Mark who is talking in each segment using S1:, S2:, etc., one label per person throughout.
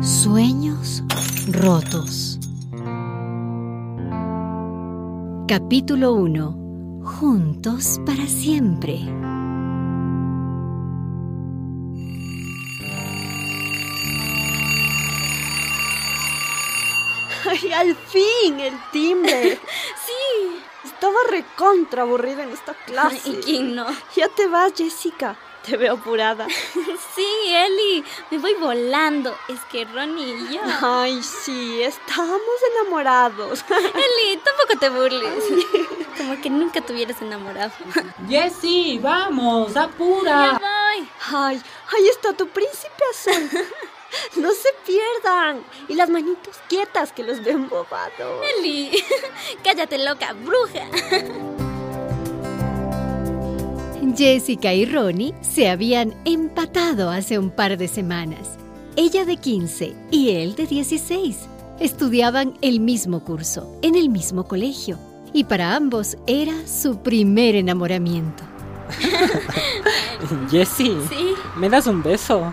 S1: Sueños rotos. Capítulo 1. Juntos para siempre.
S2: ¡Ay, al fin! El timbre.
S3: Sí.
S2: Estaba recontra aburrida en esta clase.
S3: ¿Y quién no?
S2: Ya te vas, Jessica. Te veo apurada.
S3: Sí, Eli. Me voy volando. Es que Ronnie y yo.
S2: Ay, sí, estábamos enamorados.
S3: Eli, tampoco te burles. Como que nunca te hubieras enamorado.
S4: Jessy, vamos,
S3: Ya
S4: apura.
S3: voy.
S2: Ay, ahí está tu príncipe azul. No se pierdan. Y las manitos quietas que los ven bobados.
S3: Eli. Cállate, loca, bruja.
S1: Jessica y Ronnie se habían empatado hace un par de semanas. Ella de 15 y él de 16. Estudiaban el mismo curso, en el mismo colegio. Y para ambos era su primer enamoramiento.
S4: Jessy,
S3: Sí.
S4: ¿me das un beso?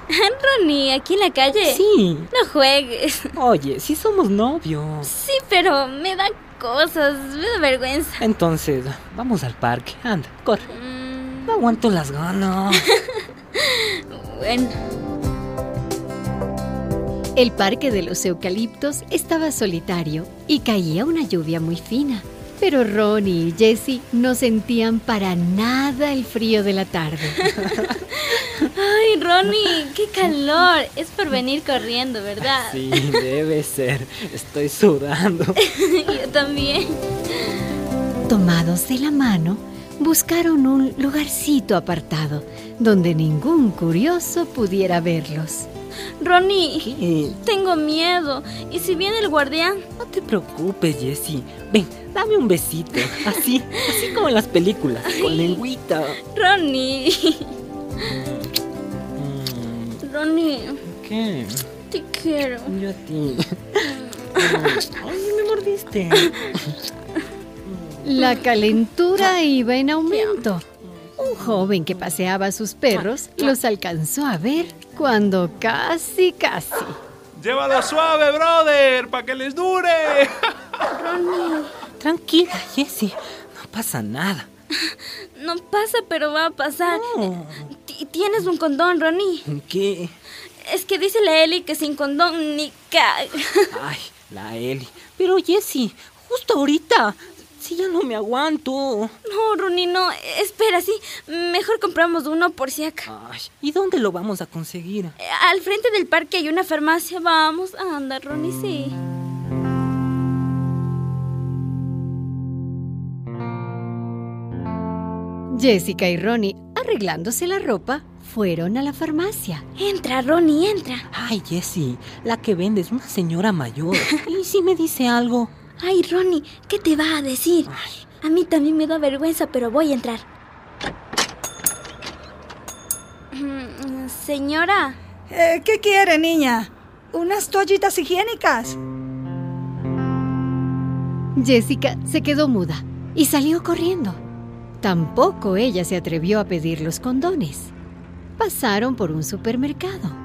S3: Ronnie, aquí en la calle.
S4: Sí.
S3: No juegues.
S4: Oye, sí somos novios.
S3: Sí, pero me da cosas. Me da vergüenza.
S4: Entonces, vamos al parque. Anda, corre.
S3: Mm,
S4: No aguanto las ganas.
S3: bueno.
S1: El parque de los eucaliptos estaba solitario y caía una lluvia muy fina. Pero Ronnie y Jessie no sentían para nada el frío de la tarde.
S3: Ay, Ronnie, qué calor. Es por venir corriendo, ¿verdad?
S4: Sí, debe ser. Estoy sudando.
S3: Yo también.
S1: Tomados de la mano, buscaron un lugarcito apartado donde ningún curioso pudiera verlos.
S3: Ronnie,
S4: ¿Qué?
S3: tengo miedo. ¿Y si viene el guardián?
S4: No te preocupes, Jessy. Ven, dame un besito. Así, así como en las películas. Con lengüita.
S3: Ronnie,
S4: Mm,
S3: Ronnie,
S4: ¿Qué?
S3: te quiero.
S4: Yo a ti. Ay, me mordiste.
S1: La
S3: Ah.
S1: calentura iba en aumento. Un joven que paseaba a sus
S3: Ah.
S1: perros los alcanzó a ver cuando casi, casi.
S5: Llévalo suave, brother, para que les dure.
S4: Tranquila, Jessy. No pasa nada.
S3: No pasa, pero va a pasar. Ti- ¿Tienes un condón, Ronnie?
S4: ¿Qué?
S3: Es que dice la Eli que sin condón ni ca...
S4: Ay, la Eli. Pero Jessy, justo ahorita. Si ya no me aguanto.
S3: No, Ronnie, no. Espera, sí. Mejor compramos uno por si acá.
S4: Ay, ¿y dónde lo vamos a conseguir?
S3: Al frente del parque hay una farmacia. Vamos, anda, Ronnie, sí.
S1: Jessica y Ronnie, arreglándose la ropa, fueron a la farmacia.
S3: Entra, Ronnie, entra.
S4: Ay, Jessy, la que vende es una señora mayor. ¿Y si me dice algo?
S3: Ay, Ronnie, ¿qué te va a decir?
S4: Ay,
S3: A mí también me da vergüenza, pero voy a entrar. Mm, Señora,
S6: Eh, ¿Qué quiere, niña? ¿Unas toallitas higiénicas?
S1: Jessica se quedó muda y salió corriendo. Tampoco ella se atrevió a pedir los condones. Pasaron por un supermercado.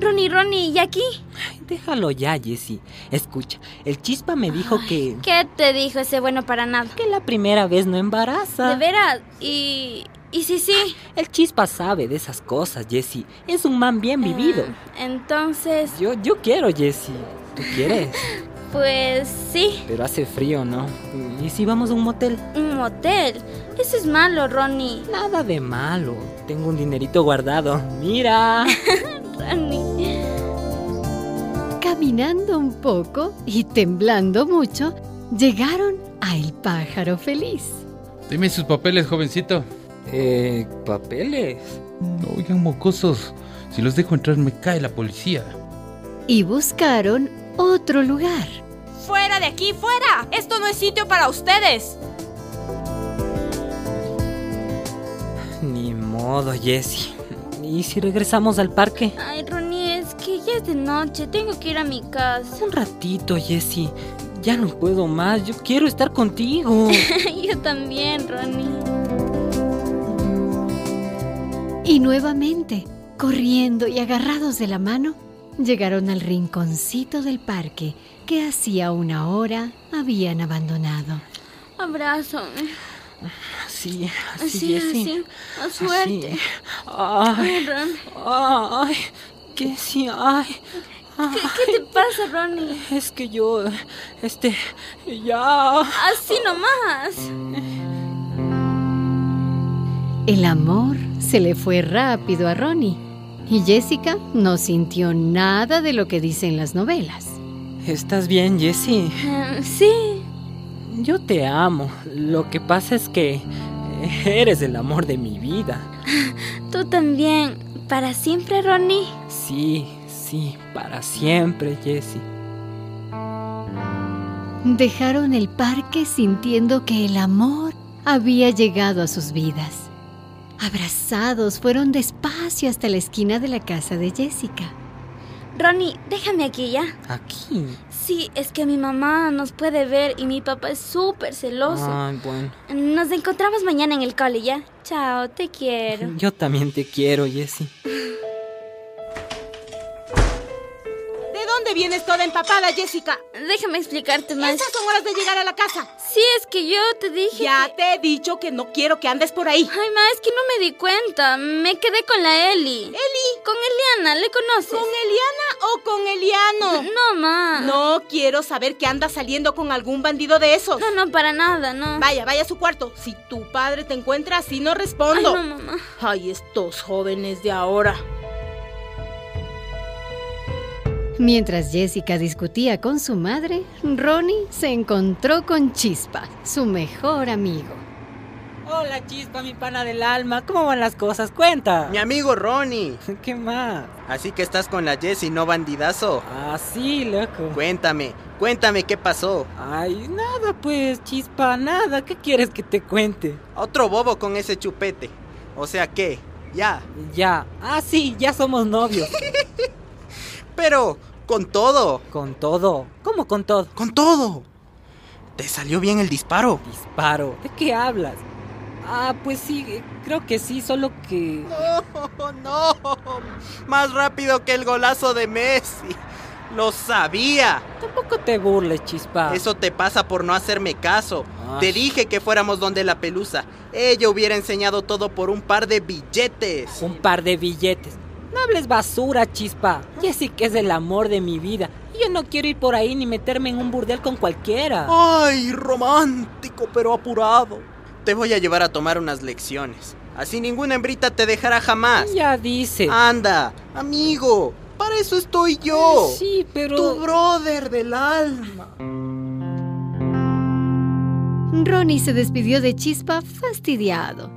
S3: Ronnie, Ronnie, ¿y aquí?
S4: ay, déjalo ya, Jessy. Escucha, el chispa me dijo que...
S3: ¿Qué te dijo ese bueno para nada?
S4: Que la primera vez no embaraza.
S3: De veras, y. y sí, sí.
S4: El chispa sabe de esas cosas, Jessy. Es un man bien vivido.
S3: Eh, entonces,
S4: Yo, yo quiero, Jessy. ¿Tú quieres?
S3: pues sí,
S4: Pero hace frío, ¿no? ¿Y si vamos a un motel?
S3: un motel. Eso es malo, Ronnie.
S4: Nada de malo. Tengo un dinerito guardado. Mira.
S3: Ronnie.
S1: Caminando un poco y temblando mucho, llegaron a El Pájaro Feliz.
S7: Deme sus papeles, jovencito.
S4: Eh, papeles.
S7: Oigan, mocosos. Si los dejo entrar, me cae la policía.
S1: Y buscaron otro lugar.
S8: ¡Fuera de aquí, fuera! ¡Esto no es sitio para ustedes!
S4: Ni modo, Jesse. ¿Y si regresamos al parque?
S3: Ay, Ronnie, es que ya es de noche. Tengo que ir a mi casa.
S4: Un ratito, Jesse. Ya no puedo más. Yo quiero estar contigo.
S3: Yo también, Ronnie.
S1: Y nuevamente, corriendo y agarrados de la mano, Llegaron al rinconcito del parque que hacía una hora habían abandonado.
S3: Abrázame.
S4: Así, así,
S3: Así,
S4: Jessy.
S3: así.
S4: Así.
S3: A
S4: ¿eh?
S3: suerte.
S4: Ay,
S3: Ay, Ron.
S4: ay, Jessy, ay.
S3: ¿Qué, qué te pasa, Ronnie?
S4: Es que yo, este, ya.
S3: Oh, Así nomás.
S1: El amor se le fue rápido a Ronnie y Jessica no sintió nada de lo que dicen las novelas.
S4: ¿Estás bien, Jessy?
S3: Eh, sí.
S4: Yo te amo. Lo que pasa es que eres el amor de mi vida.
S3: Tú también. Para siempre, Ronnie.
S4: Sí, sí, para siempre, Jessy.
S1: Dejaron el parque sintiendo que el amor había llegado a sus vidas. Abrazados fueron despacio hasta la esquina de la casa de Jessica.
S3: Ronnie, déjame aquí ya.
S4: Aquí.
S3: Sí, es que mi mamá nos puede ver y mi papá es súper celoso.
S4: Ay, bueno.
S3: Nos encontramos mañana en el cole, ¿ya? Chao, te quiero.
S4: Yo también te quiero, Jessy.
S8: ¿De dónde vienes toda empapada, Jessica?
S3: Déjame explicarte más.
S8: Estas son horas de llegar a la casa.
S3: Sí, es que yo te dije.
S8: Ya te he dicho que no quiero que andes por ahí.
S3: Ay, ma, es que no me di cuenta. Me quedé con la Eli.
S8: ¿Eli?
S3: Con Eliana, ¿le conoces?
S8: ¿Con Eliana o con Eliano?
S3: No, ma.
S8: No quiero saber que andas saliendo con algún bandido de esos.
S3: No, no, para nada, no.
S8: Vaya, vaya a su cuarto. Si tu padre te encuentra así, no
S3: Ay,
S8: respondo.
S3: no, mamá.
S8: Ay, estos jóvenes de ahora.
S1: Mientras Jessica discutía con su madre, Ronnie se encontró con Chispa, su mejor amigo.
S4: Hola, chispa, mi pana del alma. ¿Cómo van las cosas? Cuenta.
S9: Mi amigo Ronnie.
S4: ¿Qué más?
S9: Así que estás con la Jessie, no bandidazo.
S4: Ah, sí, loco.
S9: Cuéntame, cuéntame qué pasó.
S4: Ay, nada pues, chispa, nada. ¿Qué quieres que te cuente?
S9: Otro bobo con ese chupete. O sea que, ya.
S4: Ya. Ah, sí, ya somos novios.
S9: Pero, con todo.
S4: con todo. ¿Cómo con todo?
S9: Con todo. Te salió bien el disparo.
S4: Disparo. ¿De qué hablas? Ah, pues sí, eh, creo que sí, solo que...
S9: No, no. Más rápido que el golazo de Messi. Lo sabía.
S4: Tampoco te burles, chispa. Ah,
S9: Eso te pasa por no hacerme caso.
S4: Ay.
S9: Te dije que fuéramos donde la pelusa. Ella hubiera enseñado todo por un par de billetes.
S4: Un par de billetes. No hables basura, chispa. Jessica es el amor de mi vida. Y Yo no quiero ir por ahí ni meterme en un burdel con cualquiera.
S9: Ay, romántico pero apurado. Te voy a llevar a tomar unas lecciones. Así ninguna hembrita te dejará jamás.
S4: ya dice.
S9: Anda, amigo. Para eso estoy yo.
S4: sí, pero...
S9: Tu brother del alma.
S1: Ronnie se despidió de Chispa fastidiado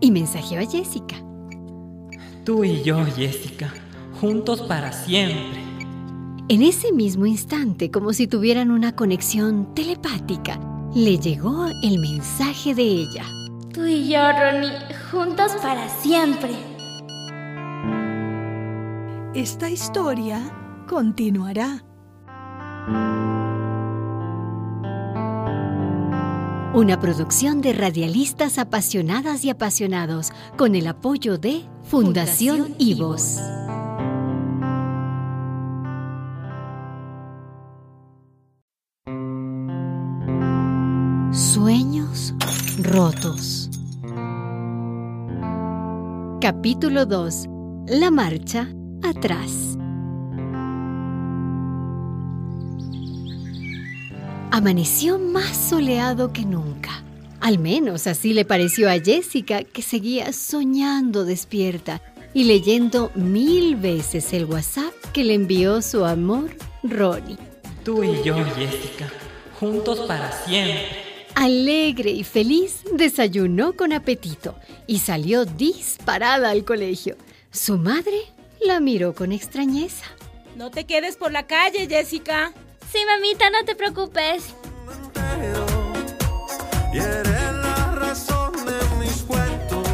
S1: y mensajeó a Jessica.
S4: Tú y yo, Jessica, juntos para siempre.
S1: En ese mismo instante, como si tuvieran una conexión telepática, le llegó el mensaje de ella.
S3: Tú y yo, Ronnie, juntos para siempre.
S6: Esta historia continuará.
S1: Una producción de radialistas apasionadas y apasionados con el apoyo de Fundación, Ivos. Sueños rotos. Capítulo 2. La marcha atrás. Amaneció más soleado que nunca. Al menos así le pareció a Jessica, que seguía soñando despierta y leyendo mil veces el WhatsApp que le envió su amor, Ronnie.
S4: Tú y yo, Jessica, juntos para siempre.
S1: Alegre y feliz, desayunó con apetito y salió disparada al colegio. Su madre la miró con extrañeza.
S8: No te quedes por la calle, Jessica.
S3: Sí, mamita, no te preocupes.
S5: Y eres la razón de mis cuentos.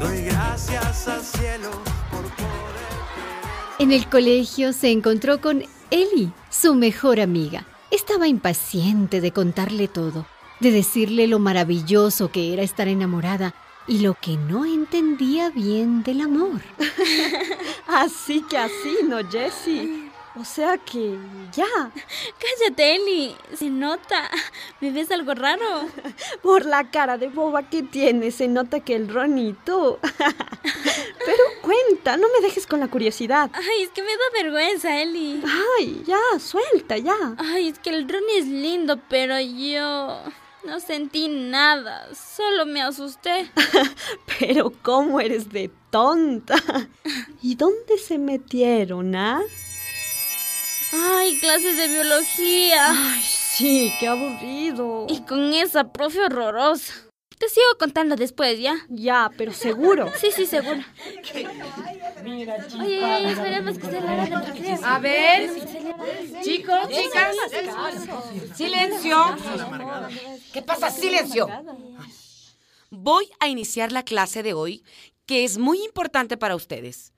S5: Doy gracias al cielo por
S1: En el colegio se encontró con Ellie, su mejor amiga. Estaba impaciente de contarle todo, de decirle lo maravilloso que era estar enamorada y lo que no entendía bien del amor.
S2: Así que así, ¿no, Jessie? O sea que ya,
S3: Cállate, Eli. Se nota. ¿Me ves algo raro?
S2: por la cara de boba que tienes, se nota que el Ronnie y tú. Pero cuenta, no me dejes con la curiosidad.
S3: Ay, es que me da vergüenza, Eli.
S2: Ay, ya, suelta, ya.
S3: Ay, es que el Ronnie es lindo, pero yo no sentí nada. Solo me asusté.
S2: Pero cómo eres de tonta. ¿Y dónde se metieron, ah?
S3: Ay, clases de biología.
S2: Ay, sí, qué aburrido.
S3: Y con esa profe horrorosa. Te sigo contando después, ¿ya?
S2: Ya, pero seguro.
S3: Sí, sí, seguro. Oye, oye, esperemos que se la hagan el recreo.
S8: A ver, chicos, chicas, silencio.
S10: ¿Qué pasa? Silencio. Voy a iniciar la clase de hoy, que es muy importante para ustedes.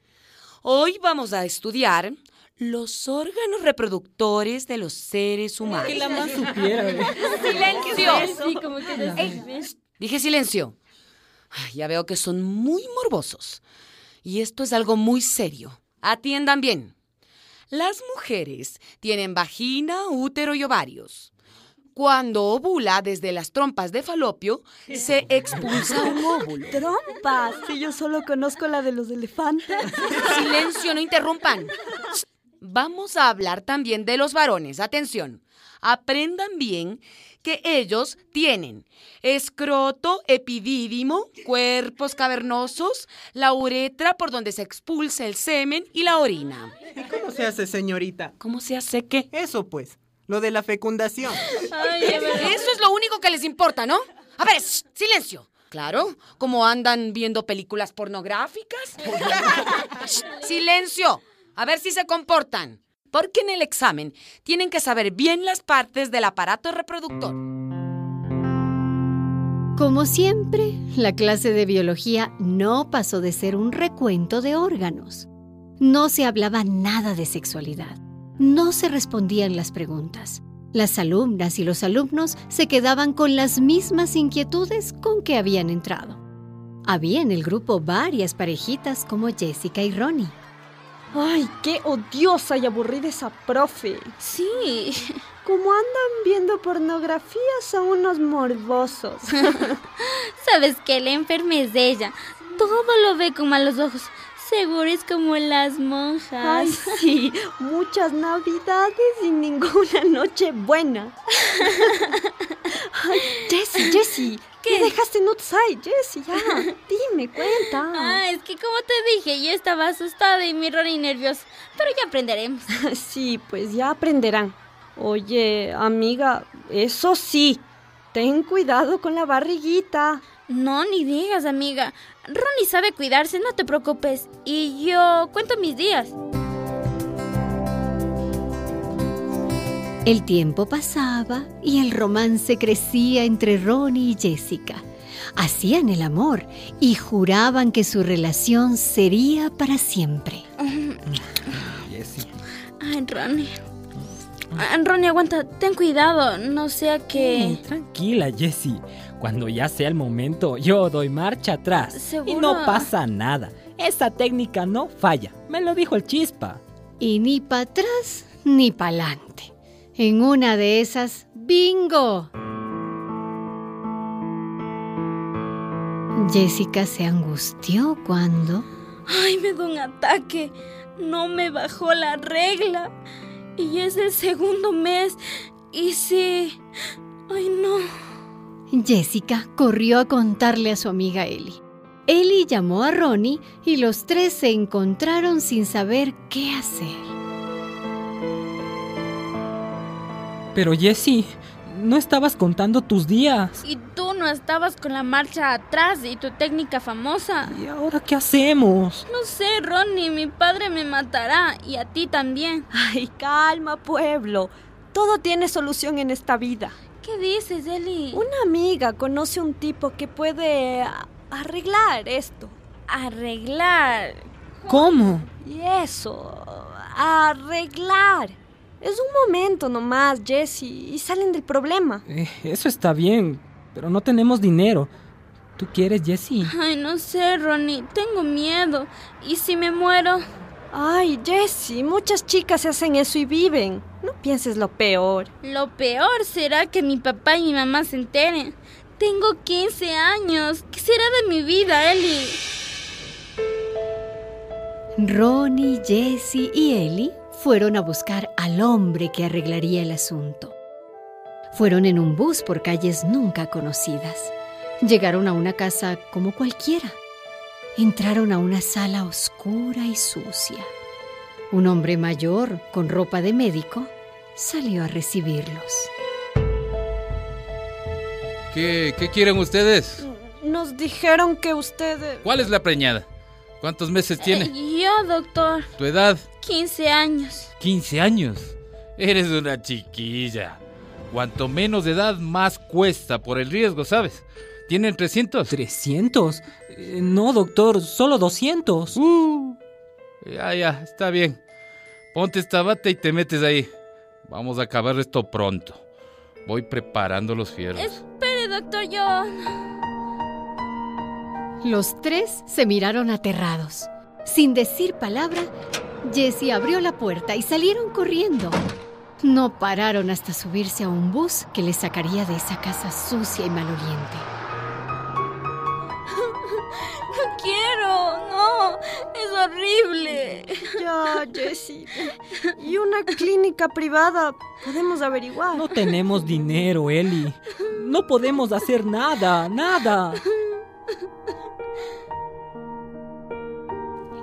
S10: Hoy vamos a estudiar los órganos reproductores de los seres humanos.
S4: la más supiera, güey.
S8: Silencio.
S3: Sí, como que después.
S10: Dije silencio. Ay, ya veo que son muy morbosos. Y esto es algo muy serio. Atiendan bien. Las mujeres tienen vagina, útero y ovarios. Cuando ovula desde las trompas de falopio, se expulsa un óvulo.
S2: Trompas. Si yo solo conozco la de los elefantes.
S10: Silencio, no interrumpan. Vamos a hablar también de los varones. Atención. Aprendan bien que ellos tienen escroto, epidídimo, cuerpos cavernosos, la uretra por donde se expulsa el semen y la orina.
S9: ¿Y cómo se hace, señorita?
S10: ¿Cómo se hace qué?
S9: Eso pues, lo de la fecundación.
S3: Ay, a ver.
S10: Eso es lo único que les importa, ¿no? A ver, shh, silencio. Claro, como andan viendo películas pornográficas. Shh, silencio. A ver si se comportan. Porque en el examen tienen que saber bien las partes del aparato reproductor.
S1: Como siempre, la clase de biología no pasó de ser un recuento de órganos. No se hablaba nada de sexualidad. No se respondían las preguntas. Las alumnas y los alumnos se quedaban con las mismas inquietudes con que habían entrado. Había en el grupo varias parejitas como Jessica y Ronnie.
S2: Ay, qué odiosa y aburrida esa profe.
S3: Sí.
S2: Como andan viendo pornografía, son unos morbosos.
S3: Sabes que la enferma es ella. Todo lo ve con malos ojos. Seguro es como las monjas.
S2: Ay,
S3: Ah.
S2: sí, muchas navidades y ninguna noche buena. Ay, Jessie, Jessie, ¿qué
S3: ¿Qué?
S2: dejaste en outside, Jessie? Ya, dime, cuenta.
S3: Ah, es que como te dije, yo estaba asustada y mi Ronnie nerviosa. Pero ya aprenderemos.
S2: Sí, pues ya aprenderán. Oye, amiga, eso sí, ten cuidado con la barriguita.
S3: No, ni digas, amiga. Ronnie sabe cuidarse, no te preocupes. Y yo cuento mis días.
S1: El tiempo pasaba y el romance crecía entre Ronnie y Jessica. Hacían el amor y juraban que su relación sería para siempre.
S7: Jessy.
S3: Ay, Ronnie. Ah, Ronnie, aguanta, ten cuidado. No sea que.
S4: Tranquila, Jessie. Cuando ya sea el momento, yo doy marcha atrás. Y
S3: Seguro.
S4: no pasa nada. Esa técnica no falla. Me lo dijo el chispa.
S1: Y ni para atrás ni para adelante. En una de esas, ¡bingo! Jessica se angustió cuando...
S3: Ay, me dio un ataque. No me bajó la regla. Y ya es el segundo mes. Y sí. Ay, no.
S1: Jessica corrió a contarle a su amiga Ellie. Ellie llamó a Ronnie y los tres se encontraron sin saber qué hacer.
S4: Pero Jessie, no estabas contando tus días.
S3: Y tú no estabas con la marcha atrás y tu técnica famosa.
S4: ¿Y ahora qué hacemos?
S3: No sé, Ronnie, mi padre me matará. Y a ti también.
S2: Ay, calma, pueblo. Todo tiene solución en esta vida.
S3: ¿Qué dices, Eli?
S2: Una amiga conoce un tipo que puede a- arreglar esto.
S3: Arreglar.
S4: ¿Cómo?
S2: Y eso, arreglar. Es un momento nomás, Jessie, y salen del problema.
S4: Eh, eso está bien, pero no tenemos dinero. ¿Tú quieres, Jessie?
S3: Ay, no sé, Ronnie. Tengo miedo. ¿Y si me muero?
S2: Ay, Jessie, muchas chicas hacen eso y viven. No pienses lo peor.
S3: Lo peor será que mi papá y mi mamá se enteren. Tengo 15 años. ¿Qué será de mi vida, Eli?
S1: Ronnie, Jessie y Ellie fueron a buscar al hombre que arreglaría el asunto. Fueron en un bus por calles nunca conocidas. Llegaron a una casa como cualquiera. Entraron a una sala oscura y sucia. Un hombre mayor, con ropa de médico, salió a recibirlos.
S7: ¿Qué, qué quieren ustedes?
S2: Nos dijeron que usted... eh,
S7: ¿Cuál es la preñada? ¿Cuántos meses tiene?
S3: Eh, yo, doctor,
S7: ¿Tu edad?
S3: 15 años.
S7: 15 años. Eres una chiquilla. Cuanto menos de edad, más cuesta por el riesgo, ¿sabes? ¿Tienen 300?
S4: ¿300? Eh, no, doctor, solo 200.
S7: Uh, ya, ya, está bien. Ponte esta bata y te metes ahí. Vamos a acabar esto pronto. Voy preparando los fierros.
S3: Espere, doctor, yo...
S1: Los tres se miraron aterrados. Sin decir palabra, Jessie abrió la puerta y salieron corriendo. No pararon hasta subirse a un bus que les sacaría de esa casa sucia y maloliente.
S3: No quiero, no. Es horrible.
S2: Ya, Jessie. Y una clínica privada. Podemos averiguar.
S4: No tenemos dinero, Eli. No podemos hacer nada, nada.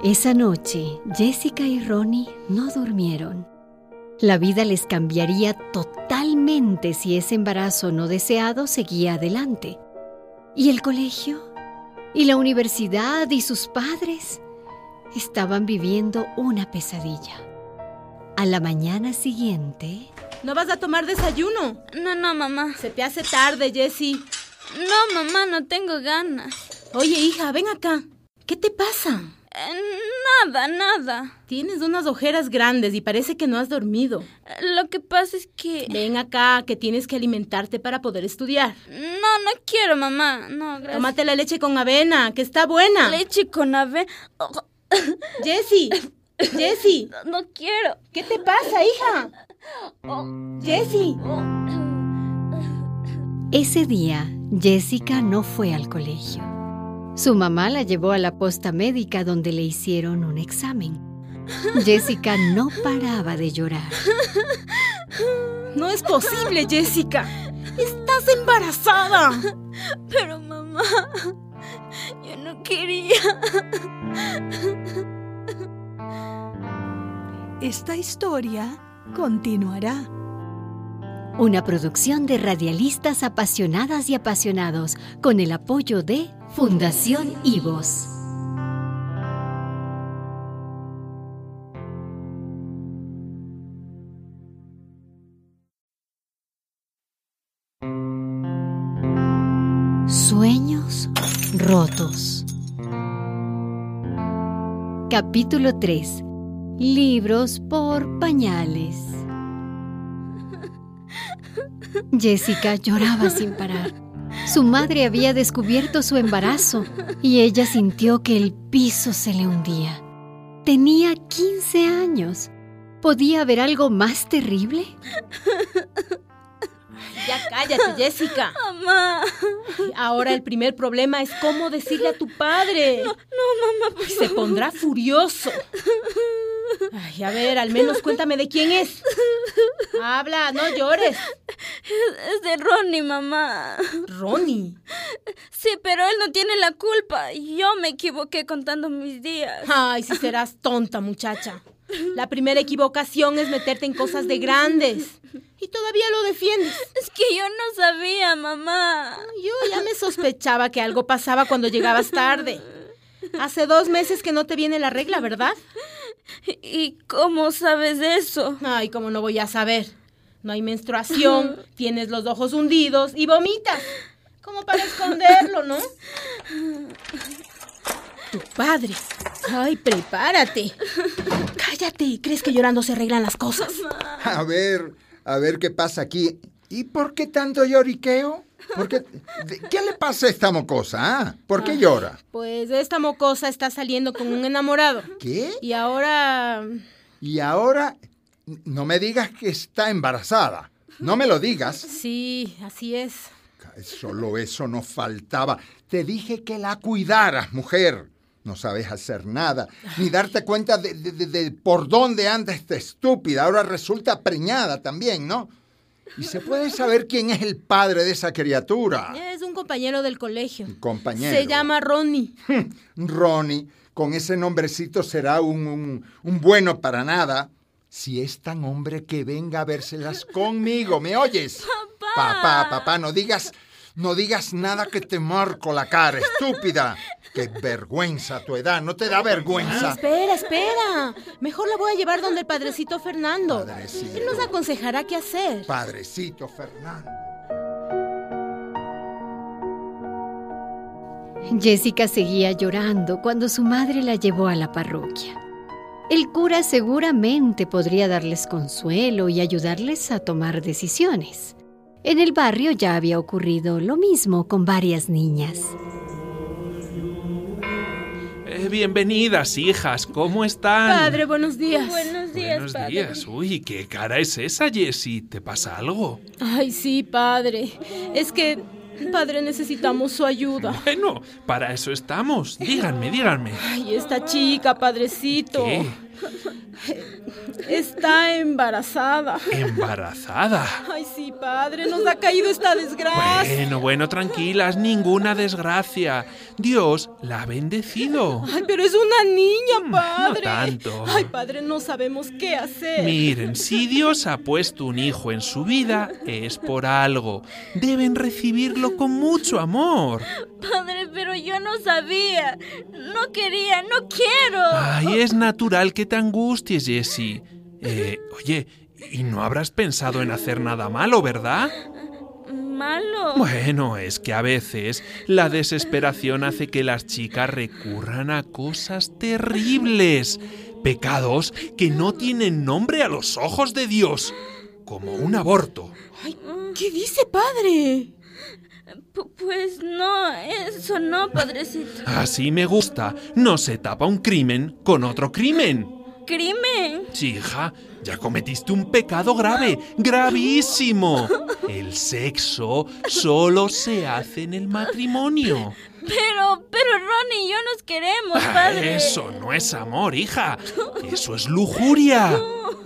S1: Esa noche, Jessica y Ronnie no durmieron. La vida les cambiaría totalmente si ese embarazo no deseado seguía adelante. ¿Y el colegio? ¿Y la universidad? ¿Y sus padres? Estaban viviendo una pesadilla. A la mañana siguiente,
S8: No vas a tomar desayuno.
S3: No, no, mamá.
S8: Se te hace tarde, Jessie.
S3: No, mamá, no tengo ganas.
S8: Oye, hija, ven acá. ¿Qué te pasa?
S3: Eh, nada, nada.
S8: Tienes unas ojeras grandes y parece que no has dormido.
S3: Eh, Lo que pasa es que...
S8: Ven acá, que tienes que alimentarte para poder estudiar.
S3: No, no quiero, mamá. No, gracias.
S8: Tómate la leche con avena, que está buena.
S3: leche con ave. Oh,
S8: Jessie, Jessie,
S3: no, no quiero.
S8: ¿qué te pasa, hija?
S3: Oh.
S8: Jessie.
S1: ese día, Jessica no fue al colegio. Su mamá la llevó a la posta médica donde le hicieron un examen. Jessica no paraba de llorar.
S8: No es posible, Jessica. Estás embarazada.
S3: Pero, mamá, yo no quería.
S6: Esta historia continuará.
S1: Una producción de radialistas apasionadas y apasionados con el apoyo de Fundación Ivos. Sueños rotos. Capítulo 3. Libros por pañales. Jessica lloraba sin parar. Su madre había descubierto su embarazo y ella sintió que el piso se le hundía. Tenía 15 años. ¿Podía haber algo más terrible?
S8: Ya cállate, Jessica.
S3: Mamá.
S8: Ahora el primer problema es cómo decirle a tu padre. No, mamá, Se pondrá furioso. Ay, a ver, al menos cuéntame de quién es. Habla, no llores.
S3: Es de Ronnie, mamá.
S8: Ronnie.
S3: Sí, pero él no tiene la culpa. Yo me equivoqué contando mis días.
S8: Ay, si serás tonta, muchacha. La primera equivocación es meterte en cosas de grandes. Y todavía lo defiendes.
S3: Es que yo no sabía, mamá.
S8: Yo ya me sospechaba que algo pasaba cuando llegabas tarde. Hace dos meses que no te viene la regla, ¿verdad?
S3: ¿Y cómo sabes eso?
S8: Ay, cómo no voy a saber. No hay menstruación, tienes los ojos hundidos y vomitas. Como para esconderlo, ¿no? Tu padre. Ay, prepárate. Cállate. ¿Crees que llorando se arreglan las cosas?
S11: A ver, a ver qué pasa aquí. ¿Y por qué tanto lloriqueo? ¿Por qué, de- ¿Qué le pasa a esta mocosa? ah? ¿Por qué llora?
S8: Pues esta mocosa está saliendo con un enamorado.
S11: ¿Qué?
S8: Y ahora...
S11: Y ahora, n- no me digas que está embarazada. No me lo digas.
S8: Sí, así es.
S11: Solo eso nos faltaba. Te dije que la cuidaras, mujer. No sabes hacer nada, ni darte cuenta de, de- de- de por dónde anda esta estúpida. Ahora resulta preñada también, ¿no? Y se puede saber quién es el padre de esa criatura.
S8: Es un compañero del colegio.
S11: Ah. Compañero.
S8: Se llama Ronnie.
S11: Ronnie, con ese nombrecito será un, un- un bueno para nada. Si es tan hombre que venga a vérselas conmigo, ¿me oyes? Papá. Papá, papá, no digas, no digas nada que te marco la cara, estúpida. Qué vergüenza a tu edad, no te da vergüenza.
S8: Espera, espera. Mejor la voy a llevar donde el padrecito Fernando.
S11: Padrecito.
S8: Él nos aconsejará qué hacer.
S11: Padrecito Fernando.
S1: Jessica seguía llorando cuando su madre la llevó a la parroquia. El cura seguramente podría darles consuelo y ayudarles a tomar decisiones. En el barrio ya había ocurrido lo mismo con varias niñas.
S12: Eh, bienvenidas, hijas. ¿Cómo están?
S8: Padre, buenos días.
S3: Buenos
S12: Buenos días. Uy, ¿qué cara es esa, Jessie? ¿Te pasa algo?
S8: Ay, sí, padre. Es que, padre, necesitamos su ayuda.
S12: Bueno, para eso estamos. Díganme, díganme.
S8: Ay, esta chica, padrecito.
S12: ¿Qué?
S8: Está embarazada.
S12: ¿Embarazada?
S8: Ay, sí, padre, nos ha caído esta desgracia.
S12: Bueno, bueno, tranquilas, ninguna desgracia. Dios la ha bendecido.
S8: Ay, pero es una
S12: Mm,
S8: niña, padre.
S12: tanto.
S8: Ay, padre, no sabemos qué hacer.
S12: Miren, si Dios ha puesto un hijo en su vida, es por algo. Deben recibirlo con mucho amor.
S3: Padre, pero yo no sabía. No quería, no quiero.
S12: Ay, es natural que te angusties, Jessie. Eh, oye, y no habrás pensado en hacer nada malo, ¿verdad?
S3: Malo.
S12: Bueno, es que a veces la desesperación hace que las chicas recurran a cosas terribles, pecados que no tienen nombre a los ojos de Dios, como un aborto.
S8: Ay,
S3: Mm.
S8: ¿qué dice, padre?
S3: Pu- pues no, eso no, padrecito.
S12: Así me gusta, no se tapa un crimen con otro crimen.
S3: Crimen.
S12: Sí, hija, ya cometiste un pecado grave, gravísimo. El sexo solo se hace en el matrimonio. Ah,
S3: Pero, pero Ronnie y yo nos queremos,
S11: Ah,
S3: padre.
S12: Eso no es amor, hija. Eso es lujuria.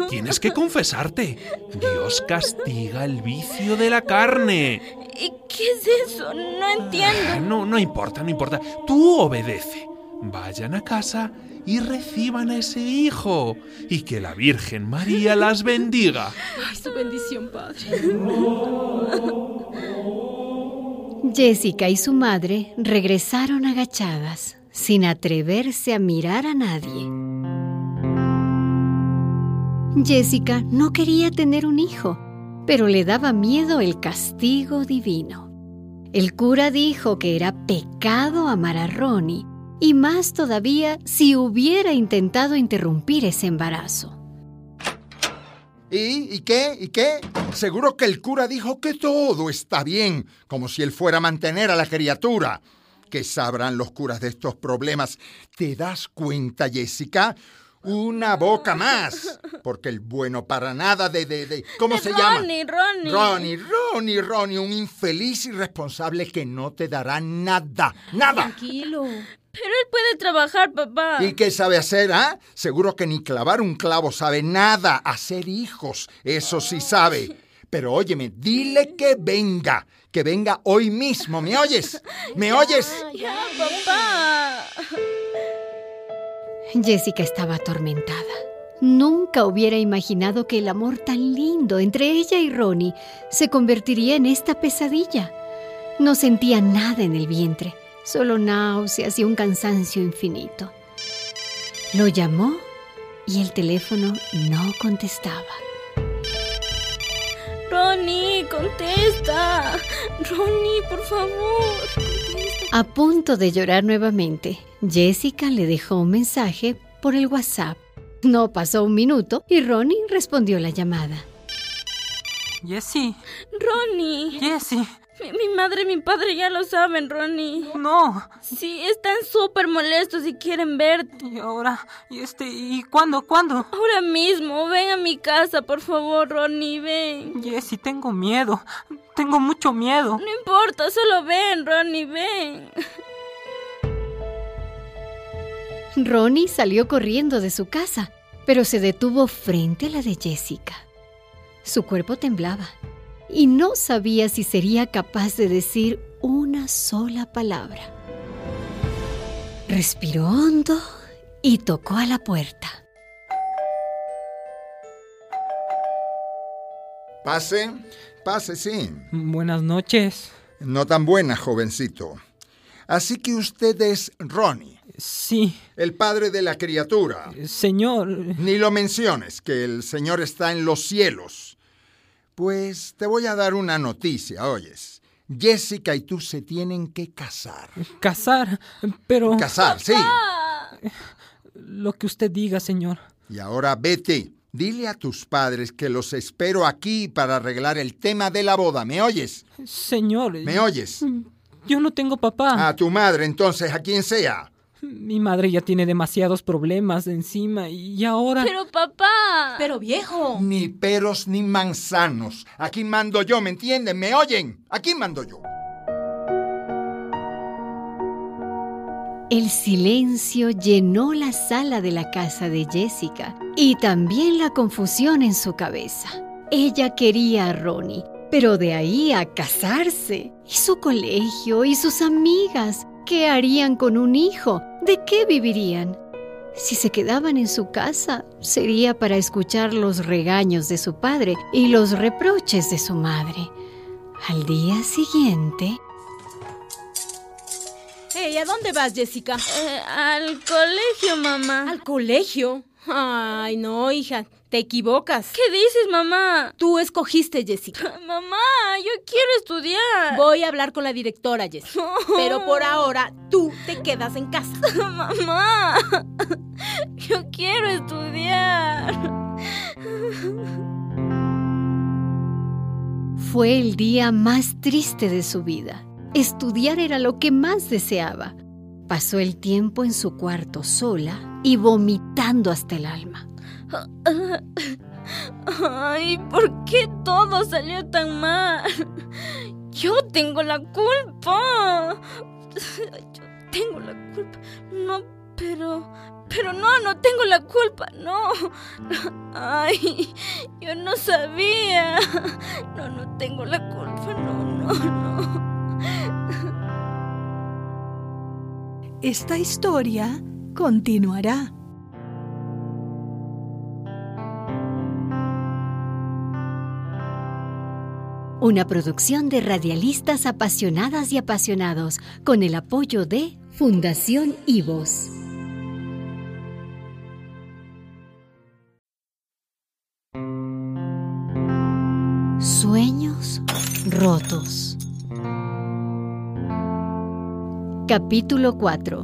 S12: Tienes que confesarte. Dios castiga el vicio de la carne.
S3: ¿Y qué es eso? No entiendo.
S12: Ah, No, no importa, no importa. Tú obedece. Vayan a casa y reciban a ese hijo. Y que la Virgen María las bendiga.
S8: Ay, su bendición, padre.
S1: Jessica y su madre regresaron agachadas, sin atreverse a mirar a nadie. Jessica no quería tener un hijo, pero le daba miedo el castigo divino. El cura dijo que era pecado amar a Ronnie, y más todavía si hubiera intentado interrumpir ese embarazo.
S11: ¿Y, ¿Y qué? ¿Y qué? Seguro que el cura dijo que todo está bien, como si él fuera a mantener a la criatura. ¿Qué sabrán los curas de estos problemas? ¿Te das cuenta, Jessica? Una boca más, porque el bueno para nada de... de, de- ¿Cómo
S3: De
S11: se
S3: Ronnie,
S11: llama?
S3: Ronnie.
S11: Ronnie, Ronnie, Ronnie, un infeliz irresponsable que no te dará nada, nada.
S8: Tranquilo.
S3: Pero él puede trabajar, papá.
S11: ¿Y qué sabe hacer, ah? Seguro que ni clavar un clavo sabe nada. Hacer hijos, eso sí sabe. Pero óyeme, dile que venga. Que venga hoy mismo. ¿Me oyes? ¿Me oyes?
S3: Ya, papá.
S1: Jessica estaba atormentada. Nunca hubiera imaginado que el amor tan lindo entre ella y Ronnie se convertiría en esta pesadilla. No sentía nada en el vientre, solo náuseas y un cansancio infinito. Lo llamó y el teléfono no contestaba.
S3: Ronnie, contesta. Ronnie, por favor. contesta.
S1: A punto de llorar nuevamente, Jessica le dejó un mensaje por el WhatsApp. No pasó un minuto y Ronnie respondió la llamada.
S4: Jessy,
S3: Ronnie.
S4: Jessy,
S13: Mi, mi madre y mi padre ya lo saben, Ronnie.
S4: No.
S13: Sí, están súper molestos y quieren verte.
S4: ¿Y ahora? ¿Y este? ¿Y cuándo? ¿Cuándo?
S13: Ahora mismo. Ven a mi casa, por favor, Ronnie, ven.
S4: Jessy, tengo miedo. Tengo mucho miedo.
S13: No importa, solo ven, Ronnie, ven.
S1: Ronnie salió corriendo de su casa, pero se detuvo frente a la de Jessica. Su cuerpo temblaba y no sabía si sería capaz de decir una sola palabra. Respiró hondo y tocó a la puerta.
S11: Pase, pase, sí.
S4: Buenas noches.
S11: No tan buena, jovencito. Así que usted es Ronnie.
S4: Sí.
S11: El padre de la criatura.
S4: Señor.
S11: Ni lo menciones, que el Señor está en los cielos. Pues te voy a dar una noticia, oyes. Jessica y tú se tienen que casar.
S4: Casar, pero...
S11: Casar, sí.
S4: Lo que usted diga, señor.
S11: Y ahora vete. Dile a tus padres que los espero aquí para arreglar el tema de la boda. ¿Me oyes?
S4: Señor.
S11: ¿Me oyes?
S4: Yo no tengo papá.
S11: A tu madre, entonces, a quien sea.
S4: Mi madre ya tiene demasiados problemas encima y ahora...
S13: Pero papá.
S8: Pero viejo.
S11: Ni peros ni manzanos. Aquí mando yo, ¿me entienden? ¿Me oyen? Aquí mando yo.
S1: El silencio llenó la sala de la casa de Jessica y también la confusión en su cabeza. Ella quería a Ronnie, pero de ahí a casarse. Y su colegio y sus amigas. ¿Qué harían con un hijo? ¿De qué vivirían? Si se quedaban en su casa, sería para escuchar los regaños de su padre y los reproches de su madre. Al día siguiente...
S8: Hey, ¿a dónde vas, Jessica?
S13: Eh, al colegio, mamá.
S8: ¿Al colegio? Ay, no, hija, te equivocas.
S13: ¿Qué dices, mamá?
S8: Tú escogiste, Jessica.
S13: mamá, yo quiero estudiar.
S8: Voy a hablar con la directora, Jessica. No. Pero por ahora, tú te quedas en casa.
S13: mamá, yo quiero estudiar.
S1: Fue el día más triste de su vida. Estudiar era lo que más deseaba. Pasó el tiempo en su cuarto sola y vomitando hasta el alma.
S13: Ay, ¿por qué todo salió tan mal? Yo tengo la culpa. Yo tengo la culpa. No, pero... Pero no, no tengo la culpa, no. Ay, yo no sabía. No, no tengo la culpa, no, no, no.
S14: Esta historia continuará.
S1: Una producción de radialistas apasionadas y apasionados con el apoyo de Fundación Ivos. Sueños rotos. Capítulo 4.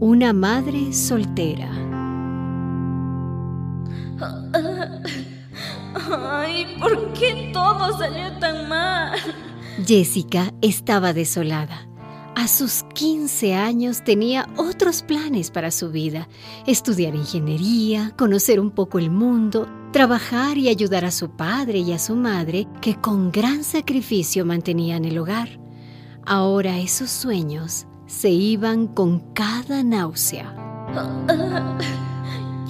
S1: Una madre soltera.
S13: Ay, ¿por qué todo salió tan mal?
S1: Jessica estaba desolada. A sus 15 años tenía otros planes para su vida. Estudiar ingeniería, conocer un poco el mundo, trabajar y ayudar a su padre y a su madre, que con gran sacrificio mantenían el hogar. Ahora esos sueños se iban con cada náusea.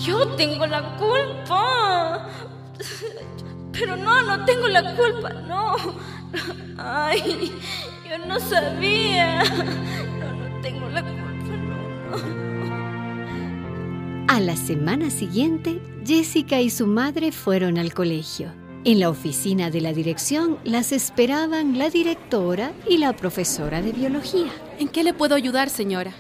S13: Yo tengo la culpa. Pero no, no tengo la culpa, no. Ay, yo no sabía. No, no tengo la culpa, no, no.
S1: A la semana siguiente, Jessica y su madre fueron al colegio. En la oficina de la dirección las esperaban la directora y la profesora de biología.
S15: ¿En qué le puedo ayudar, señora?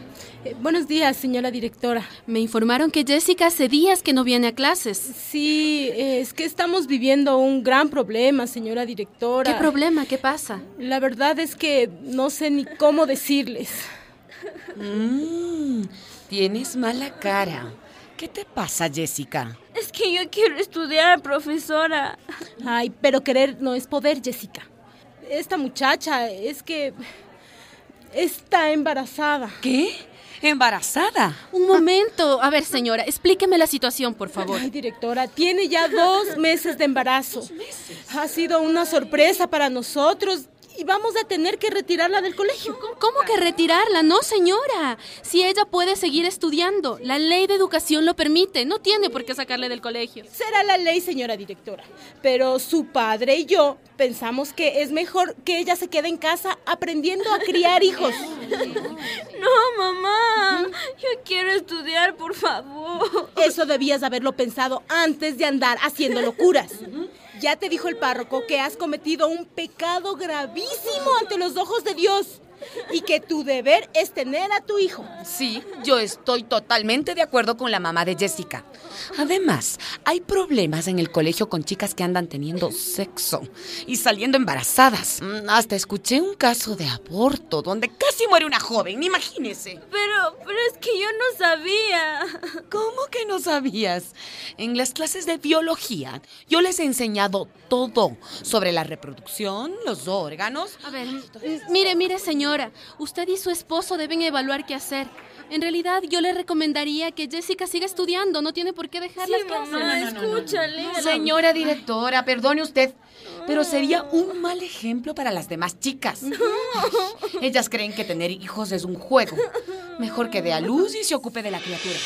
S8: Eh, buenos días, señora directora.
S15: Me informaron que Jessica hace días que no viene a clases.
S8: Sí, eh, es que estamos viviendo un gran problema, señora directora.
S15: ¿Qué problema? ¿Qué pasa?
S8: La verdad es que no sé ni cómo decirles.
S10: Mm, tienes mala cara. ¿Qué te pasa, Jessica?
S13: Es que yo quiero estudiar, profesora.
S8: Ay, pero querer no es poder, Jessica. esta muchacha es que está embarazada.
S10: ¿Qué? ¿Embarazada?
S16: Un momento. A ver, señora, explíqueme la situación, por favor.
S8: Ay, directora, tiene ya dos meses de embarazo. Ha sido una sorpresa para nosotros y vamos a tener que retirarla del colegio.
S16: ¿Cómo que retirarla? No, señora. Si ella puede seguir estudiando, la ley de educación lo permite. No tiene por qué sacarle del colegio.
S8: Será la ley, señora directora. Pero su padre y yo pensamos que es mejor que ella se quede en casa aprendiendo a criar hijos.
S3: No, mamá. Yo quiero estudiar, por favor.
S8: Eso debías haberlo pensado antes de andar haciendo locuras. Ya te dijo el párroco que has cometido un pecado gravísimo ante los ojos de Dios y que tu deber es tener a tu hijo.
S10: Sí, yo estoy totalmente de acuerdo con la mamá de Jessica. Además, hay problemas en el colegio con chicas que andan teniendo sexo y saliendo embarazadas. Mm, Hasta escuché un caso de aborto donde casi muere una joven, imagínese.
S3: Pero, pero es que yo no sabía.
S10: ¿Cómo que no sabías? En las clases de biología yo les he enseñado todo sobre la reproducción, los órganos.
S16: A ver, m- mire, mire, señora. Usted y su esposo deben evaluar qué hacer. En realidad, yo le recomendaría que Jessica siga estudiando. No tiene por qué dejar
S3: Sí,
S16: las clases. No,
S3: mamá,
S16: no, no, no, no.
S3: escúchale.
S10: Señora directora, perdone usted, pero sería un mal ejemplo para las demás chicas. Ellas creen que tener hijos es un juego. Mejor que dé a luz y se ocupe de la criatura.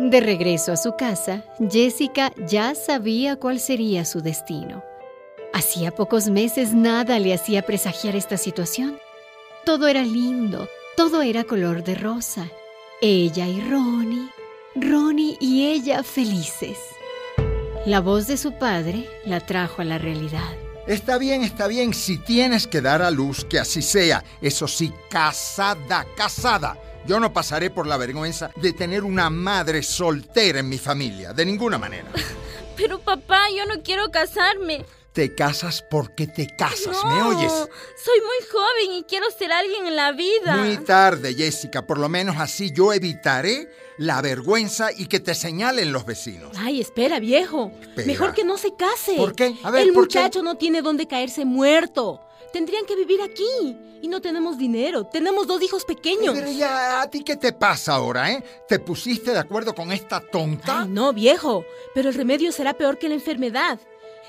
S1: De regreso a su casa, Jessica ya sabía cuál sería su destino. Hacía pocos meses nada le hacía presagiar esta situación. Todo era lindo, todo era color de rosa. Ella y Ronnie, Ronnie y ella felices. La voz de su padre la trajo a la realidad.
S11: Está bien, está bien. Si tienes que dar a luz, que así sea. Eso sí, casada, casada. Yo no pasaré por la vergüenza de tener una madre soltera en mi familia, de ninguna manera.
S3: Pero papá, yo no quiero casarme.
S11: Te casas porque te casas,
S3: No,
S11: ¿me oyes?
S3: Soy muy joven y quiero ser alguien en la vida.
S11: Muy tarde, Jessica. Por lo menos así yo evitaré la vergüenza y que te señalen los vecinos.
S8: Ay, espera, viejo.
S11: Espera.
S8: Mejor que no se case.
S11: ¿Por qué? A ver,
S8: el
S11: ¿por qué?
S8: muchacho no tiene dónde caerse muerto. Tendrían que vivir aquí. Y no tenemos dinero. Tenemos dos hijos pequeños.
S11: Pero ya, ¿a ti qué te pasa ahora, eh? ¿Te pusiste de acuerdo con esta tonta?
S8: Ay, no, viejo. Pero el remedio será peor que la enfermedad.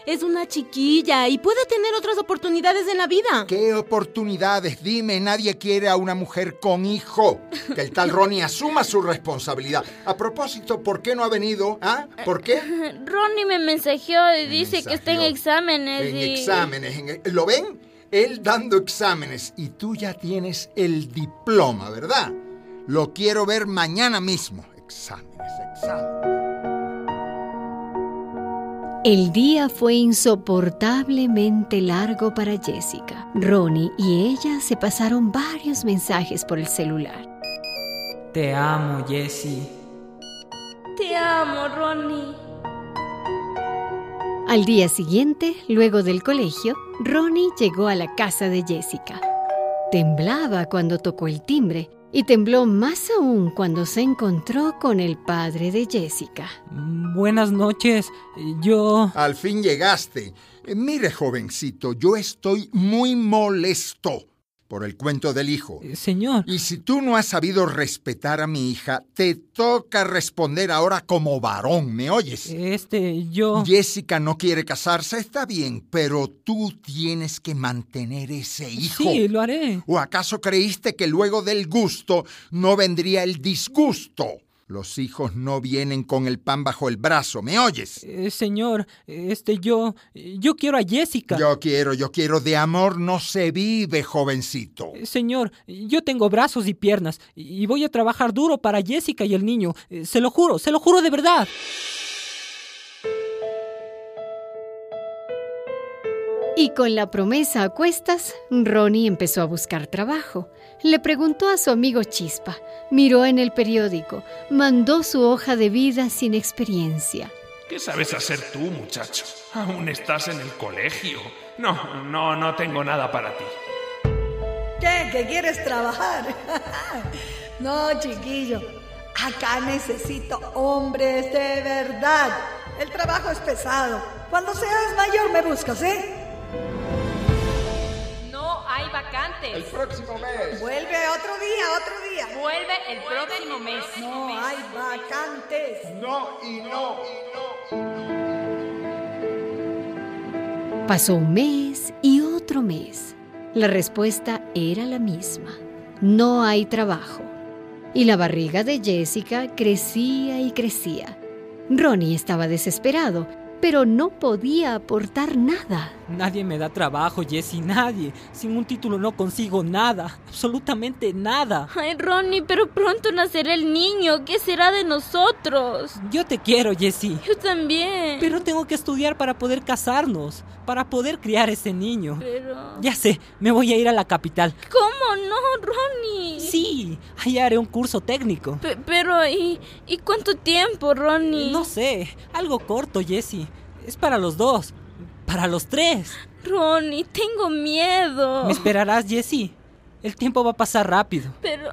S8: Es una chiquilla y puede tener otras oportunidades en la vida.
S11: ¿Qué oportunidades? Dime, nadie quiere a una mujer con hijo. Que el tal Ronnie asuma su responsabilidad. A propósito, ¿por qué no ha venido? ¿Ah? ¿Por qué?
S3: Ronnie me mensajeó y dice que está en exámenes.
S11: En
S3: y...
S11: exámenes. en- e-, ¿Lo ven? Él dando exámenes y tú ya tienes el diploma, ¿verdad? Lo quiero ver mañana mismo. Exámenes, exámenes.
S1: El día fue insoportablemente largo para Jessica. Ronnie y ella se pasaron varios mensajes por el celular.
S17: Te amo, Jessie.
S3: Te amo, Ronnie.
S1: Al día siguiente, luego del colegio, Ronnie llegó a la casa de Jessica. Temblaba cuando tocó el timbre y tembló más aún cuando se encontró con el padre de Jessica.
S13: Buenas noches. Yo...
S11: Al fin llegaste. Eh, Mire, jovencito, yo estoy muy molesto por el cuento del hijo.
S13: Eh, Señor.
S11: Y si tú no has sabido respetar a mi hija, te toca responder ahora como varón, ¿me oyes?
S13: Este, yo...
S11: Jessica no quiere casarse, está bien, pero tú tienes que mantener ese hijo.
S13: Sí, lo haré.
S11: ¿O acaso creíste que luego del gusto no vendría el disgusto? Los hijos no vienen con el pan bajo el brazo, ¿me oyes?
S13: Eh, señor, este, yo... Yo quiero a Jessica.
S11: Yo quiero, yo quiero, de amor no se vive, jovencito.
S13: Eh, Señor, yo tengo brazos y piernas y y voy a trabajar duro para Jessica y el niño. Eh, Se lo juro, se lo juro de verdad.
S1: Y con la promesa a cuestas, Ronnie empezó a buscar trabajo. Le preguntó a su amigo Chispa, miró en el periódico, mandó su hoja de vida sin experiencia.
S12: ¿Qué sabes hacer tú, muchacho? Aún estás en el colegio. No, no, no tengo nada para ti.
S6: ¿Qué? ¿Que quieres trabajar? no, chiquillo. Acá necesito hombres de verdad. El trabajo es pesado. Cuando seas mayor me buscas, ¿eh?
S10: No hay vacantes.
S6: El próximo mes. Vuelve otro día, otro día.
S10: Vuelve el próximo mes.
S6: No hay vacantes.
S18: No y no y no.
S1: Pasó un mes y otro mes. La respuesta era la misma. No hay trabajo. Y la barriga de Jessica crecía y crecía. Ronnie estaba desesperado, pero no podía aportar nada.
S4: Nadie me da trabajo, Jesse, nadie. Sin un título no consigo nada, absolutamente nada.
S3: Ay, Ronnie, pero pronto nacerá el niño. ¿Qué será de nosotros?
S4: Yo te quiero, Jesse.
S3: Yo también.
S4: Pero tengo que estudiar para poder casarnos, para poder criar ese niño.
S3: Pero...
S4: Ya sé, me voy a ir a la capital.
S3: ¿Cómo no, Ronnie?
S4: Sí, allá haré un curso técnico.
S3: Pe- pero, ¿y, ¿y cuánto tiempo, Ronnie?
S4: No sé, algo corto, Jesse. Es para los dos, para los tres.
S3: Ronnie, tengo miedo.
S4: ¿Me esperarás, Jesse? El tiempo va a pasar rápido.
S3: Pero,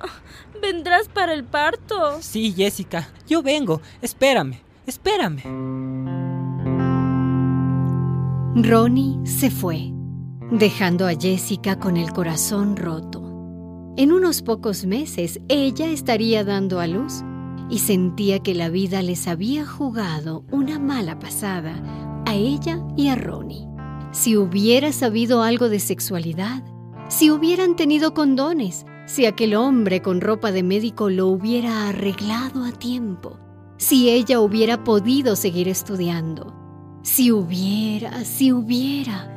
S3: ¿vendrás para el parto?
S4: Sí, Jessica, yo vengo. Espérame, espérame.
S1: Ronnie se fue, dejando a Jessica con el corazón roto. En unos pocos meses ella estaría dando a luz y sentía que la vida les había jugado una mala pasada a ella y a Ronnie. Si hubiera sabido algo de sexualidad, si hubieran tenido condones, si aquel hombre con ropa de médico lo hubiera arreglado a tiempo, si ella hubiera podido seguir estudiando, si hubiera, si hubiera.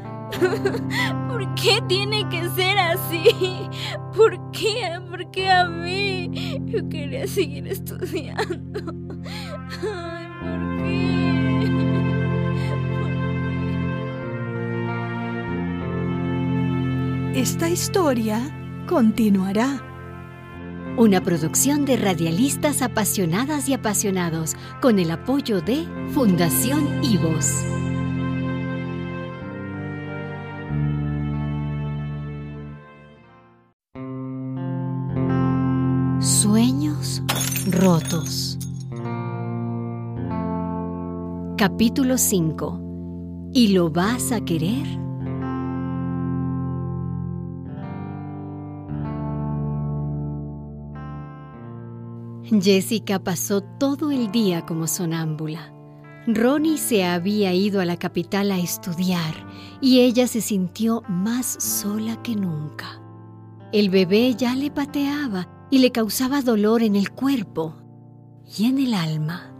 S3: ¿Por qué tiene que ser así? ¿Por qué? ¿Por qué a mí? Yo quería seguir estudiando. Ay, ¿por qué?
S6: Esta historia continuará.
S1: Una producción de radialistas apasionadas y apasionados con el apoyo de Fundación IVOS. Sueños rotos. Capítulo 5. ¿Y lo vas a querer? Jessica pasó todo el día como sonámbula. Ronnie se había ido a la capital a estudiar y ella se sintió más sola que nunca. El bebé ya le pateaba y le causaba dolor en el cuerpo y en el alma.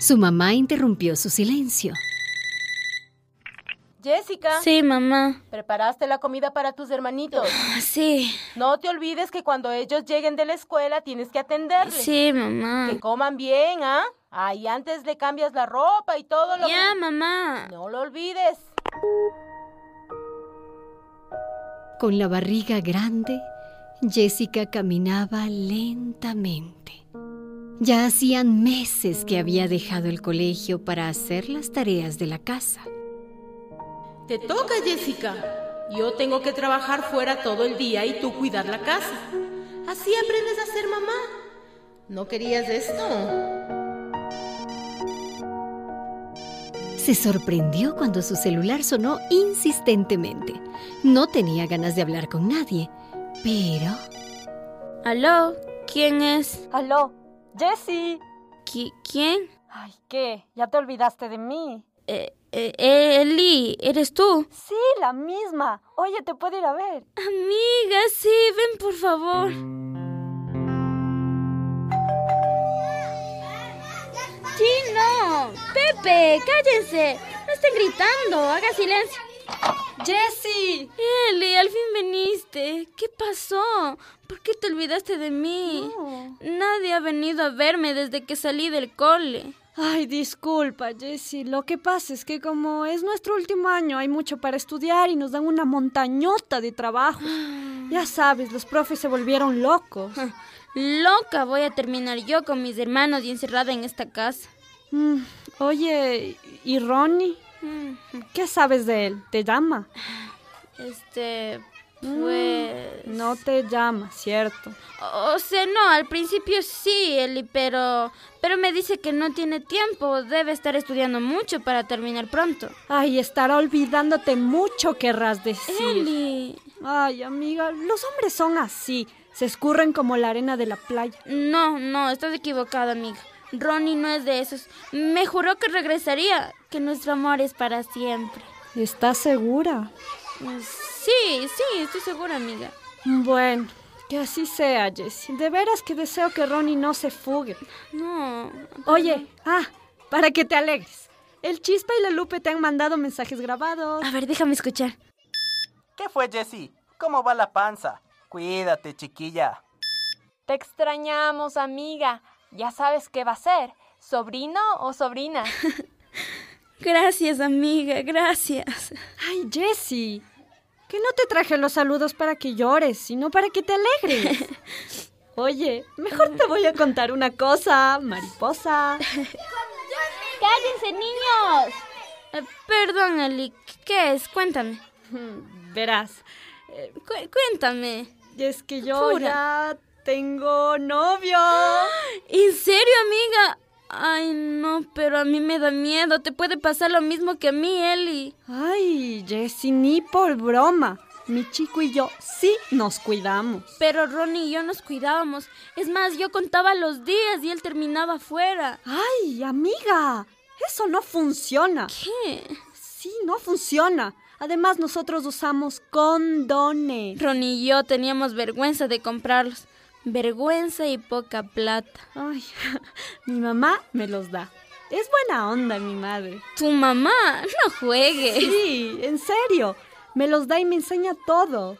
S1: Su mamá interrumpió su silencio.
S8: Jessica.
S3: Sí, mamá. Ah,
S8: ¿Preparaste la comida para tus hermanitos?
S3: Sí.
S8: No te olvides que cuando ellos lleguen de la escuela tienes que atenderles.
S3: Sí, mamá.
S8: Que coman bien, ¿ah? Ahí antes le cambias la ropa y todo lo
S3: Ya, mamá.
S8: No lo olvides.
S1: Con la barriga grande, Jessica caminaba lentamente. Ya hacían meses que había dejado el colegio para hacer las tareas de la casa.
S19: Te toca, Jessica. Yo tengo que trabajar fuera todo el día y tú cuidar la casa. Así aprendes a ser mamá. ¿No querías esto?
S1: Se sorprendió cuando su celular sonó insistentemente. No tenía ganas de hablar con nadie, pero...
S3: Aló, ¿quién es?
S8: Aló, Jessy.
S3: ¿Qui- ¿Quién?
S8: Ay, ¿qué? ¿Ya te olvidaste de mí?
S3: Eh, eh, eh, Eli, ¿eres tú?
S8: Sí, la misma. Oye, te puedo ir a ver.
S3: Amiga, sí, ven por favor. Chino, Pepe, cállense. No estén gritando, haga silencio.
S8: Jessy.
S3: Eli, al fin viniste. ¿Qué pasó? ¿Por qué te olvidaste de mí? Nadie ha venido a verme desde que salí del cole.
S2: Ay, disculpa, Jessy. Lo que pasa es que como es nuestro último año, hay mucho para estudiar y nos dan una montañota de trabajo. Ya sabes, los profes se volvieron locos.
S3: Ah, Loca voy a terminar yo con mis hermanos y encerrada en esta casa.
S2: Mm, oye, ¿y
S3: Mm,
S2: Ronnie? ¿Qué sabes de él? ¿Te llama?
S3: Este, Pues...
S2: No te Mm. llama, ¿cierto?
S3: O sea, no, al principio sí, Eli, pero... Pero me dice que no tiene tiempo, debe estar estudiando mucho para terminar pronto.
S2: Ay, estará olvidándote mucho, querrás decir.
S3: Eli.
S2: Ay, amiga, los hombres son así, se escurren como la arena de la playa.
S3: No, no, estás equivocada, amiga. Ronnie no es de esos. Me juró que regresaría, que nuestro amor es para siempre.
S2: ¿Estás segura?
S3: Sí, sí, estoy segura, amiga.
S2: Bueno, que así sea, Jessie. De veras que deseo que Ronnie no se fugue.
S3: No.
S2: Oye, ah, para que te alegres. El Chispa y la Lupe te han mandado mensajes grabados.
S3: A ver, déjame escuchar.
S20: ¿Qué fue, Jessie? ¿Cómo va la panza? Cuídate, chiquilla.
S21: Te extrañamos, amiga. Ya sabes qué va a ser, sobrino o sobrina.
S3: gracias, amiga, gracias.
S2: Ay, Jessie, que no te traje los saludos para que llores, sino para que te alegres. Oye, mejor te voy a contar una cosa, mariposa.
S3: ¡Cállense, niños! Eh, perdón, Eli, ¿qué es? Cuéntame.
S2: Verás,
S3: Eh, cu- cuéntame.
S2: es que yo
S3: Jura.
S2: ya tengo novio.
S3: ¿En serio, amiga? Ay, no, pero a mí me da miedo. Te puede pasar lo mismo que a mí, Eli.
S2: Ay, Jessie, ni por broma. Mi chico y yo sí nos cuidamos.
S3: Pero Ronnie y yo nos cuidábamos. Es más, yo contaba los días y él terminaba afuera.
S2: Ay, amiga, eso no funciona.
S3: ¿Qué?
S2: Sí, no funciona. Además, nosotros usamos condones.
S3: Ronnie y yo teníamos vergüenza de comprarlos. Vergüenza y poca plata.
S2: Ay, mi mamá me los da. Es buena onda mi madre.
S3: Tu mamá, no juegues.
S2: Sí, en serio. Me los da y me enseña todo.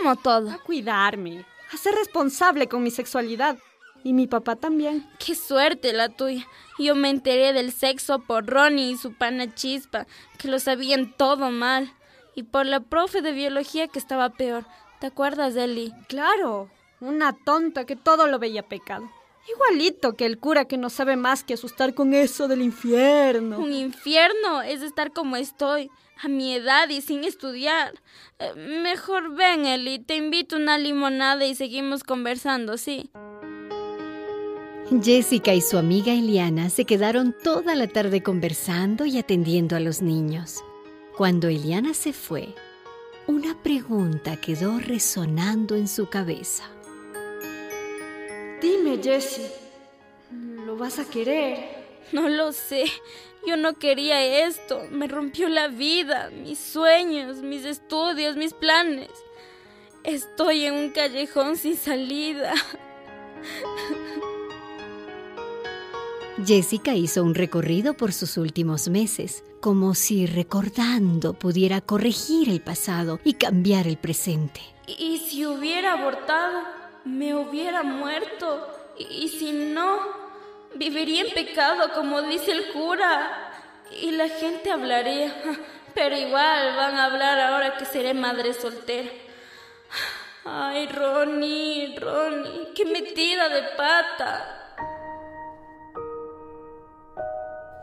S3: ¿Cómo todo?
S2: A cuidarme, a ser responsable con mi sexualidad. Y mi papá también.
S3: Qué suerte la tuya. Yo me enteré del sexo por Ronnie y su pana Chispa, que lo sabían todo mal. Y por la profe de biología que estaba peor. ¿Te acuerdas, Eli?
S2: Claro, una tonta que todo lo veía pecado. Igualito que el cura que no sabe más que asustar con eso del infierno.
S3: Un infierno es estar como estoy, a mi edad y sin estudiar. Eh, mejor ven, Eli, te invito una limonada y seguimos conversando, ¿sí?
S1: Jessica y su amiga Eliana se quedaron toda la tarde conversando y atendiendo a los niños. Cuando Eliana se fue, una pregunta quedó resonando en su cabeza.
S2: Dime, Jessie, ¿lo vas a querer?
S3: No lo sé. Yo no quería esto. Me rompió la vida, mis sueños, mis estudios, mis planes. Estoy en un callejón sin salida.
S1: Jessica hizo un recorrido por sus últimos meses, como si recordando pudiera corregir el pasado y cambiar el presente.
S3: Y si hubiera abortado, me hubiera muerto. Y, y si no, viviría en pecado, como dice el cura. Y la gente hablaría. Pero igual van a hablar ahora que seré madre soltera. Ay, Ronnie, Ronnie, qué metida de pata.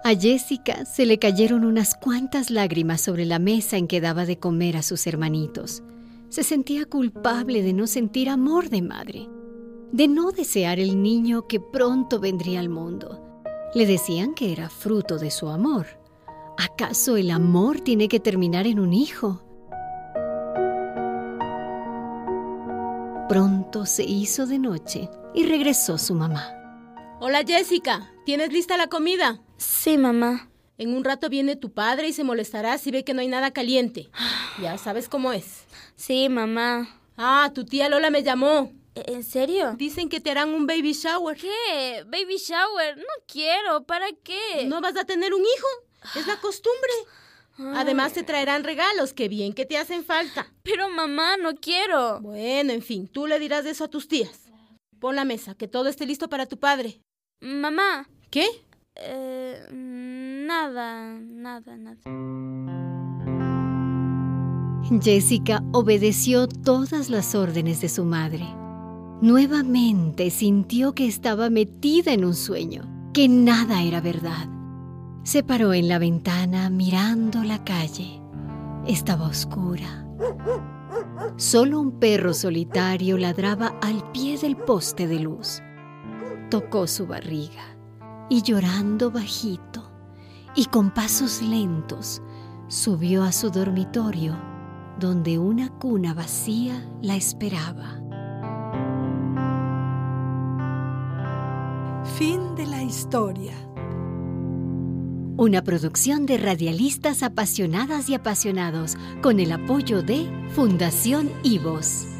S1: A Jessica se le cayeron unas cuantas lágrimas sobre la mesa en que daba de comer a sus hermanitos. Se sentía culpable de no sentir amor de madre, de no desear el niño que pronto vendría al mundo. Le decían que era fruto de su amor. ¿Acaso el amor tiene que terminar en un hijo? Pronto se hizo de noche y regresó su mamá.
S22: Hola Jessica, ¿tienes lista la comida?
S3: Sí, mamá.
S22: En un rato viene tu padre y se molestará si ve que no hay nada caliente. Ya sabes cómo es.
S3: Sí, mamá. ¿E-,
S22: Ah, tu tía Lola me llamó.
S3: ¿En serio?
S22: Dicen que te harán un baby shower.
S3: ¿Qué? Baby shower. No quiero. ¿Para qué?
S22: ¿No vas a tener un hijo? Es la costumbre. Además te traerán regalos, que bien que te hacen falta.
S3: Pero mamá, no quiero.
S22: Bueno, en fin, tú le dirás de eso a tus tías. Pon la mesa, que todo esté listo para tu padre.
S3: Mamá.
S22: ¿Qué?
S3: Eh, nada, nada, nada.
S1: Jessica obedeció todas las órdenes de su madre. Nuevamente sintió que estaba metida en un sueño, que nada era verdad. Se paró en la ventana mirando la calle. Estaba oscura. Solo un perro solitario ladraba al pie del poste de luz. Tocó su barriga y llorando bajito y con pasos lentos subió a su dormitorio donde una cuna vacía la esperaba.
S6: Fin de la historia.
S1: Una producción de radialistas apasionadas y apasionados con el apoyo de Fundación Ivos.